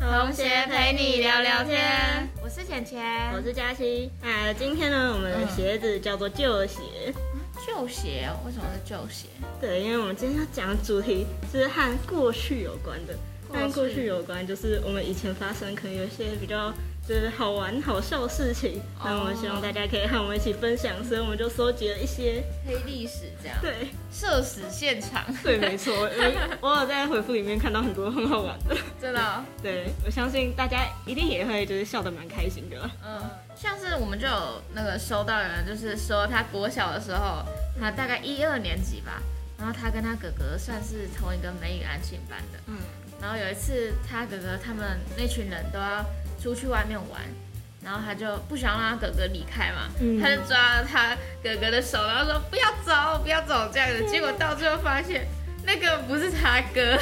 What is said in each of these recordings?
同学陪你聊聊天，我是浅浅，我是佳琪。那今天呢，我们的鞋子叫做旧鞋。旧鞋，哦为什么是旧鞋？对，因为我们今天要讲的主题是和过去有关的，过去和过去有关就是我们以前发生可能有一些比较就是好玩好笑的事情，那我们希望大家可以和我们一起分享，所以我们就收集了一些。黑历史这样，对，社死现场， 对，没错，我我有在回复里面看到很多很好玩的。真的哦、对，我相信大家一定也会就是笑得蛮开心的。嗯，像是我们就有那个收到有人就是说他国小的时候，他大概一二年级吧，然后他跟他哥哥算是同一个美语安亲班的，嗯，然后有一次他哥哥他们那群人都要出去外面玩。然后他就不想让他哥哥离开嘛，嗯他就抓了他哥哥的手，然后说不要走，不要走这样子。结果到最后发现那个不是他哥，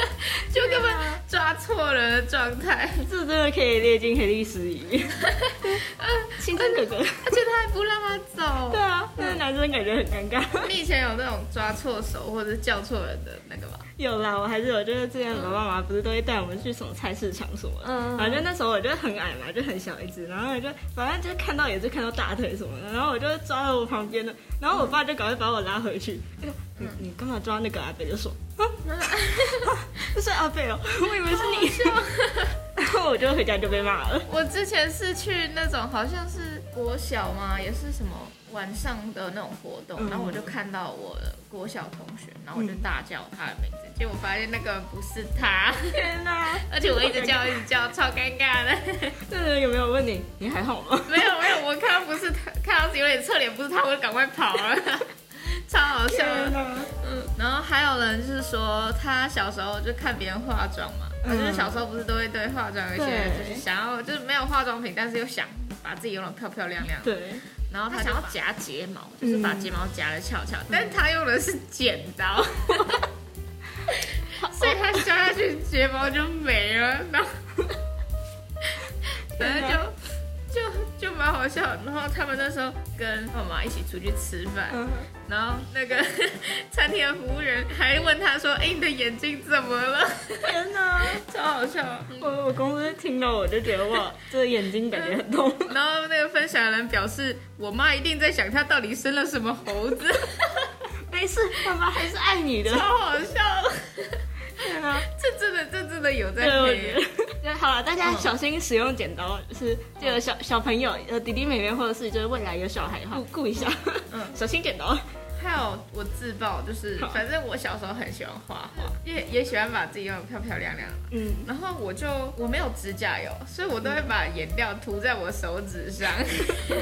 就根本啊抓错人的状态。这真的可以列进黑历史里。青春哥哥，而且他还不让他走。对啊，那个男生感觉很尴尬。 你以前有那种抓错手或者叫错人的那个吗？有啦，我还是有，就是之前爸爸妈妈不是都会带我们去什么菜市场什么的，嗯反正那时候我就很矮嘛，就很小一只，然后我就反正就是看到也是看到大腿什么的，然后我就抓了我旁边的，然后我爸就赶快把我拉回去，他说你你干嘛抓那个阿贝就说，啊，这是阿贝哦，我以为是你， 然后我就回家就被骂了，我之前是去那种好像是国小嘛，也是什么晚上的那种活动，嗯然后我就看到我的国小同学，然后我就大叫他的名字，结果发现那个不是他，天哪，而且我一 直叫一直叫，超尴尬的。 这人有没有问你你还好吗？没有没有，我看到不是他，看到有点侧脸不是他，我就赶快跑了， 超好笑的。哪，嗯，然后还有人就是说，他小时候就看别人化妆嘛，他、嗯就是小时候不是都会对化妆有一些对就是想要就是没有化妆品，但是又想把自己用的漂漂亮亮，对，然后他想要夹睫毛，就嗯是把睫毛夹的翘翘，但是他用的是剪 刀，所以他削下去睫毛就没了， 然后反正就就就蛮好笑的。然后他们那时候跟妈妈一起出去吃饭，嗯，然后那个 餐厅的服务员还问他说：“哎、你的眼睛怎么了 天哪。？”超好笑。我我公司听到我就觉得哇，这眼睛感觉很痛。然后那个分享人表示：“我妈一定在想她到底生了什么猴子， 没事，爸爸还是爱你的超好笑。天啊！”这真的，这真的有在对，哎我觉黑。得对好了，大家小心使用剪刀，就是就有小小朋友、呃弟弟妹妹，或者是就是未来有小孩的话，顾一下，嗯小心剪刀。还有我自曝，就是好反正我小时候很喜欢画画，也也喜欢把自己用的漂漂亮亮。嗯，然后我就我没有指甲油，所以我都会把颜料涂在我手指上，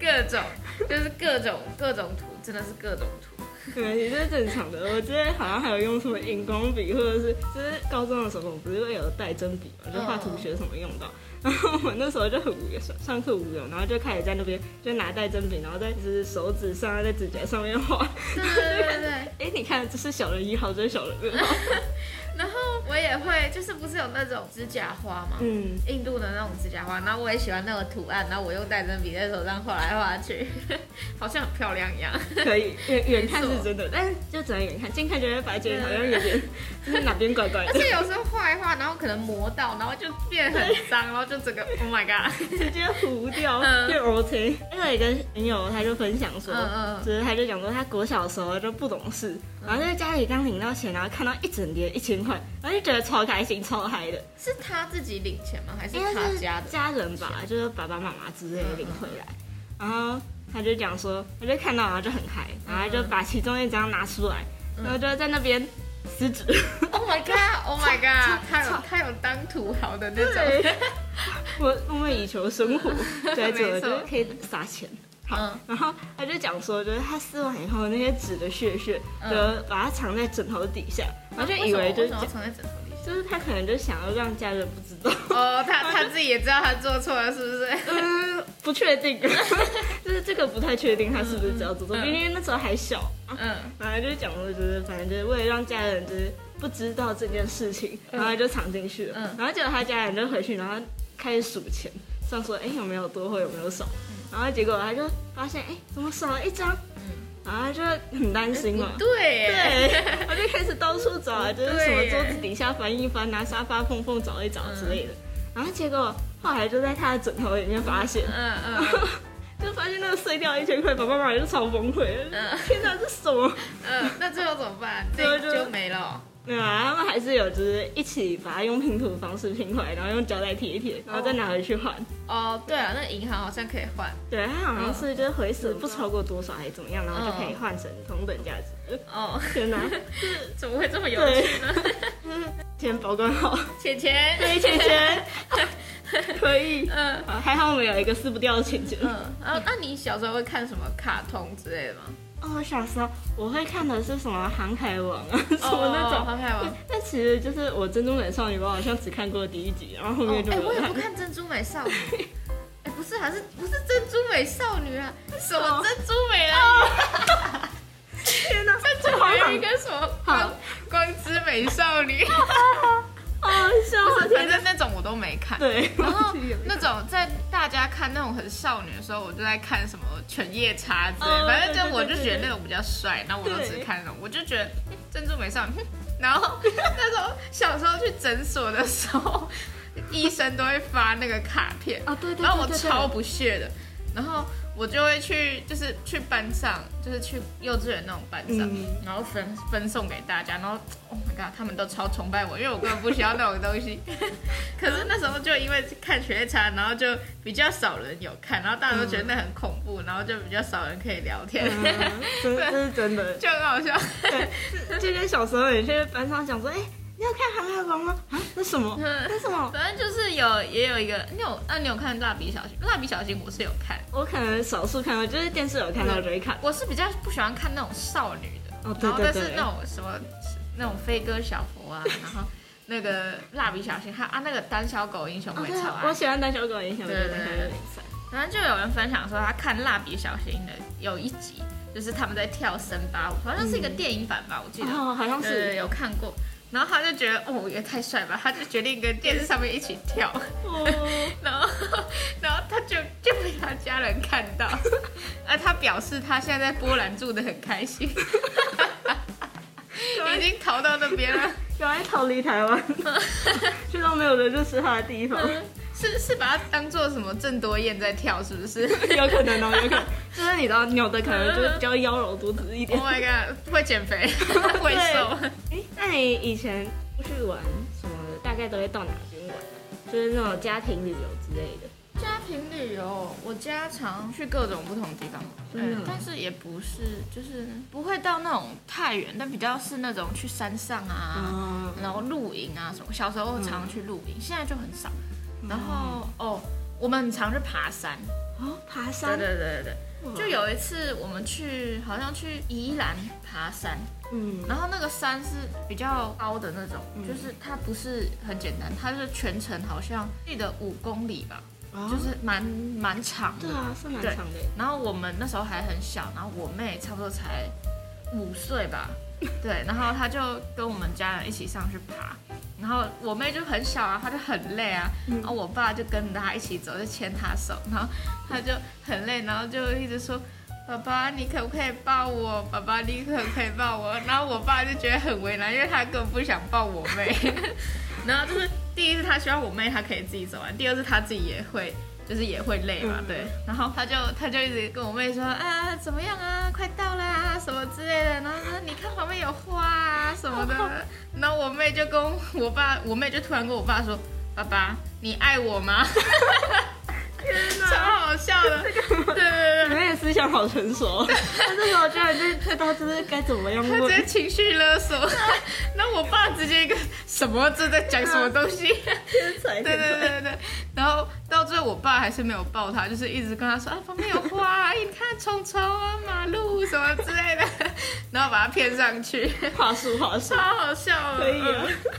各种就是各种各种涂，真的是各种涂。对，也是正常的。我之前好像还有用什么荧光笔，或者是就是高中的时候，我不是会有带针笔嗯嘛，就画图学什么用到。 然后我那时候就很无聊，上上课无聊，然后就开始在那边就拿带针笔，然后在就是手指上，在指甲上面画。 对对对对对。哎，你看，这是小人一号，这是小人 二号。然后我也会，就是不是有那种指甲花嘛，嗯，印度的那种指甲花，然后我也喜欢那个图案，然后我用带针笔在手上画来画去， 好像很漂亮一样。可以，远远看没是错嗯真的，但是就只能远看，近看就会发觉好像有点， 就是哪边怪怪而的，且有时候画一画，然后可能磨到，然后就变很脏，然后就整个 Oh my God！直接糊掉，嗯就 OK。还有一个朋友他就分享说嗯嗯，嗯就是他就讲说他国小的时候就不懂事，然后在家里刚领到钱，然后看到一整叠一千块，然后就觉得超开心超嗨的，是他自己领钱吗？还是应该他是家的？家人吧，就是爸爸妈妈之类的领回来，嗯然后他就讲说，他就看到然后就很嗨，然后他嗯就把其中一张拿出来，然后就在那边撕纸。 Oh my god! Oh my god! 超他有超他有当土豪的那种，对，我 梦寐以求 生活在这，我没觉错得可以撒钱。好，嗯然后他就讲说，就是他撕完以后，那些纸的屑屑，嗯就把它藏在枕头底下，然后就为以什么为就是为什么家要藏在枕头底下。就是他可能就想要让家人不知道，哦，他他自己也知道他做错了，是不是？嗯， 不确定，就是这个不太确定他是不是这样子做，嗯嗯因为那时候还小，嗯，反正就讲说，就是反正就是为了让家人就是不知道这件事情，然后就藏进去了。嗯然后结果他家人就回去，然后开始数钱，嗯算说哎、诶有没有多或有没有少。然后结果他就发现哎、诶怎么少了一张，然然后就很担心嘛不。嗯哎对耶，对，我就开始到处找啊，就是什么桌子底下翻一翻啊，沙发缝缝找一找之类嗯的。然后结果后来就在他的枕头里面发现，嗯嗯就发现那个碎掉一千块，爸爸妈妈就超崩溃了。嗯天哪，这什么？嗯，那最后怎么 办？最后这就就没了。哦没有啊，他们还是有，就是一起把它用拼图的方式拼回来，然后用胶带贴一贴，然后再拿回去换。哦，对啊，那银行好像可以换。对，它好像是就是回损不超过多少还是怎么样，然后就可以换成同等价值。哦， 天哪，怎么会这么有对趣呢？ 先保管好，钱钱，对，钱钱可以。嗯啊，还好我们有一个撕不掉的钱钱。嗯，啊，那你小时候会看什么卡通之类的 吗？ 哦，我小时候我会看的是什么《航海王》啊，什么那哦种。航海王。但其实就是我《珍珠美少女》，我好像只看过第一集，然后后哦，面就哎、没我有也看。不看珍珠美少女。 哎、不是啊，还是不是珍珠美少女啊？什么珍珠美啊？天哪，珍珠美人鱼跟什么光光之美少女？好好笑 不啊！是，天反哪，正那种我都没看。对，然后忘 记有那种在大家看那种很少女的时候，我就在看什么犬夜叉之类哦的，反正对对就我就对觉对得那种比较帅，然后我都对只看那种，我就觉得嗯珍珠美少女。哼然后那时候小时候去诊所的时候，医生都会发那个卡片，啊，对对对对对，然后我超不屑的，然后我就会去，就是去班上，就是去幼稚园那种班上，嗯然后分分送给大家，然后 Oh my god，他们都超崇拜我，因为我根本不需要那种东 西。可是那时候就因为看《学茶》，然后就比较少人有看，然后大家都觉得那很恐怖，然后就比较少人可以聊天， 嗯真这是真的，就很好笑。就跟小时候有些班上讲说，哎、你要看《航海王》吗？啊，那什么？嗯那什么？反正就是有也有一个，你有啊那、你有看《蜡笔小新》？《蜡笔小新》我是有看，我可能少数看到，就是电视有看到就会看。我是比较不喜欢看那种少女的，哦对然后对但对是那种什么那种飞哥小佛啊，然后那个蜡笔小新，还有啊那个胆小狗英雄我哦，也对超啊，我爱。喜欢胆小狗影响我对就对在对看对六零三。然后就有人分享说他看蜡笔小新的有一集，就是他们在跳森巴舞，好像是一个电影版吧，我记得。哦，好像对对对，是。有看过。然后他就觉得哦也太帅吧，他就决定跟电视上面一起跳，哦，然后然后他就就被他家人看到， 啊他表示他现在在波兰住的很开心。已经逃到那边了，赶快逃离 台湾，去到没有人认识他的地方，嗯是是把它当做什么郑多燕在跳，是不 是有可能哦，有可能。就是你知道，扭的可能就是比较妖娆多姿一点？Oh。my god，会减 肥，会瘦。哎、那你以前出去玩什么的，大概都会到哪边玩啊、就是那种家庭旅游之类的。家庭旅游，我家常去各种不同地方，真的对，但是也不是就是不会到那种太远，但比较是那种去山上啊，啊，然后露营啊什么。小时候常常去露营，嗯现在就很少。然后哦，我们很常去爬山，哦，爬对山，对对对对。哇就，有一次我们去，好像去宜兰爬山，嗯，然后那个山是比较高的那种，嗯就是它不是很简单，它是全程好像记得五公里吧，就就是是蛮蛮长的哦对。啊，是蛮对长的。然后我们那时候还很小，然后我妹差不多才五岁吧，对，然后她就跟我们家人一起上去爬，然后我妹就很小啊，她就很累啊，嗯然后我爸就跟着她一起走，就牵她手，然后她就很累，然后就一直说。爸爸，你可不可以抱我？爸爸，你可不可以抱我？然后我爸就觉得很为难，因为他根本不想抱我 妹。然后就是第一是他希望我妹她可以自己走完，第二是他自己也会就是也会累嘛，嗯对。然后他就他就一直跟我妹说啊怎么样啊，快到啦、什么之类的。然后说啊你看旁边有花啊什 么的。然后我妹就跟我爸，我妹就突然跟我爸说，爸爸你爱我吗？天 超！好笑的，对对对对。你们也思想好成 熟，他这时候居然就知道就是该怎么样他直接问，情绪勒 索，然后我爸直接一个什么这在讲什么东 西，天才，对啊对天才。对对，然后到最后我爸还是没有抱他，就是一直跟他说啊旁边有花啊，哎你看虫虫啊马路什么之类的， 然后把他骗上去，话术话 术超好笑的。可以啊。嗯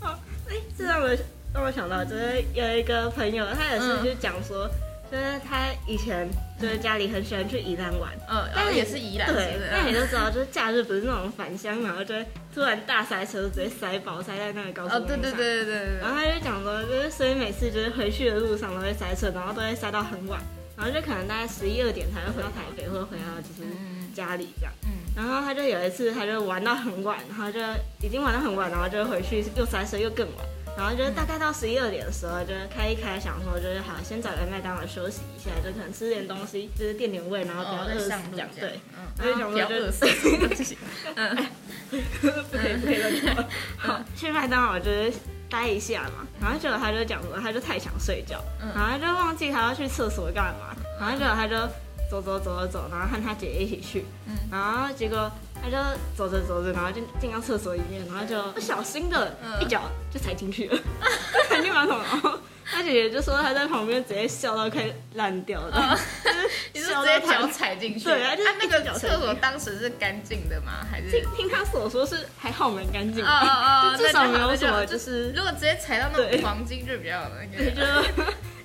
好，哎、这让我让我想到，就是有一个朋友，他也是嗯就讲说，就是他以前就是家里很喜欢去宜兰玩。嗯，嗯，但但是也是宜兰，对是不嗯是，那你就知道，就是假日不是那种返乡，然后就会突然大塞车，直接塞爆，塞在那个高速哦，公路对上。对对对对然后他就讲说，就是所以每次就是回去的路上都会塞车，然后都会塞到很晚，然后就可能大概十一二点才会回到台北，或者回到就是嗯家里这样。嗯，然后他就有一次，他就玩到很晚，然后就已经玩到很晚，然后就回去又塞车又更晚，然后就是大概到十一二点的时候，就是开一开，想说就是好，先找个麦当劳休息一下，就可能吃点东西，就是垫点胃，然后不要哦，饿在死上路这样。这对样，，嗯，我就想说不要就饿死， 不行， 嗯，不可以不可以乱讲话。好， 去麦当劳就是待一下嘛，然后结果他就讲说他就太想睡觉，嗯然后他就忘记他要去厕所干嘛，然后结果他就走走走走走，然后和他姐一起去，嗯然后结果他就走着走着，然后就进到厕所里面，然后就不小心的嗯一脚就踩进去了，踩进马桶，然后他姐姐就说他在旁边直接笑到快烂掉了，嗯 你就是是笑直到接他脚踩进去？对啊就是啊那一个脚踩厕所进去当时是干净的吗？还是听？听他所说是还好蛮干净哦的，哦哦，至少没有什那么就好就是如果直接踩到那种对黄金就比较那姐个，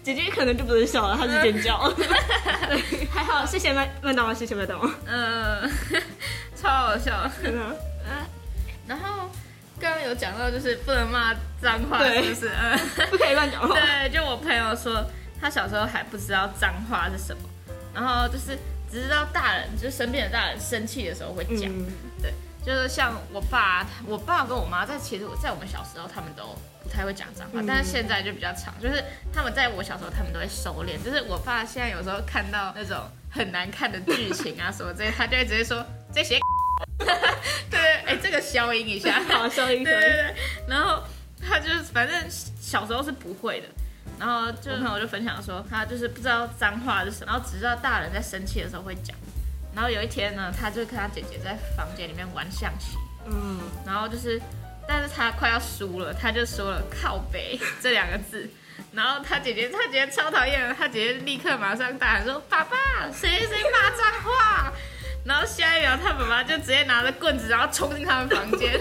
姐姐姐可能就不是笑了，她是尖叫。对，还好，谢谢麦麦当劳，谢谢麦当劳。 嗯，超好笑。对，然后刚刚有讲到，就是不能骂脏话，对是不是？ 嗯，不可以乱讲话。对，就我朋友说，他小时候还不知道脏话是什么，然后就是只知道大人，就是身边的大人生气的时候会讲。嗯，就是像我爸，我爸跟我妈在其实我在我们小时候他们都不太会讲脏话，嗯但是现在就比较常，就是他们在我小时候他们都会收敛，就是我爸现在有时候看到那种很难看的剧情啊什么之类，他就会直接说这些， 对，哎、这个消音一下，嗯好，笑一对对声。对，然后他就是反正小时候是不会的，然后就朋友就分享说他就是不知道脏话是什么，然后只知道大人在生气的时候会讲。然后有一天呢，他就跟他姐姐在房间里面玩象棋，嗯，然后就是，但是他快要输了，他就说了“靠北”这两个字。然后他姐姐，他姐姐超讨厌的，他姐姐立刻马上大喊说：“爸爸，谁谁谁骂脏话！”然后下一秒，他爸爸就直接拿着棍子，然后冲进他们房间。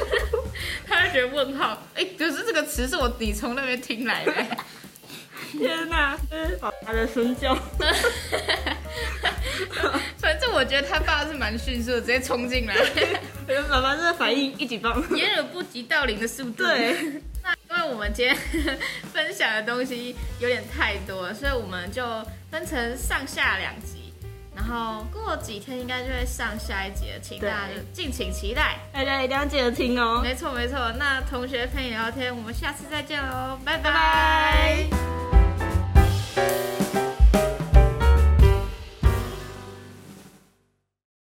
他就觉得问号，哎、可是这个词是我你从那边听 来的。天哪，这是爸爸的身教。反正我觉得他爸是蛮迅速的，直接冲进来，我觉得爸爸这个反应一级棒。 掩耳不及盗铃的速度。对，那因为我们今天分享的东西有点太多了，所以我们就分成上下两集，然后过几天应该就会上下一集了，请大家对敬请期待。大家一定要记得听哦。没错没错，那同学陪你聊天，我们下次再见喽，拜拜拜拜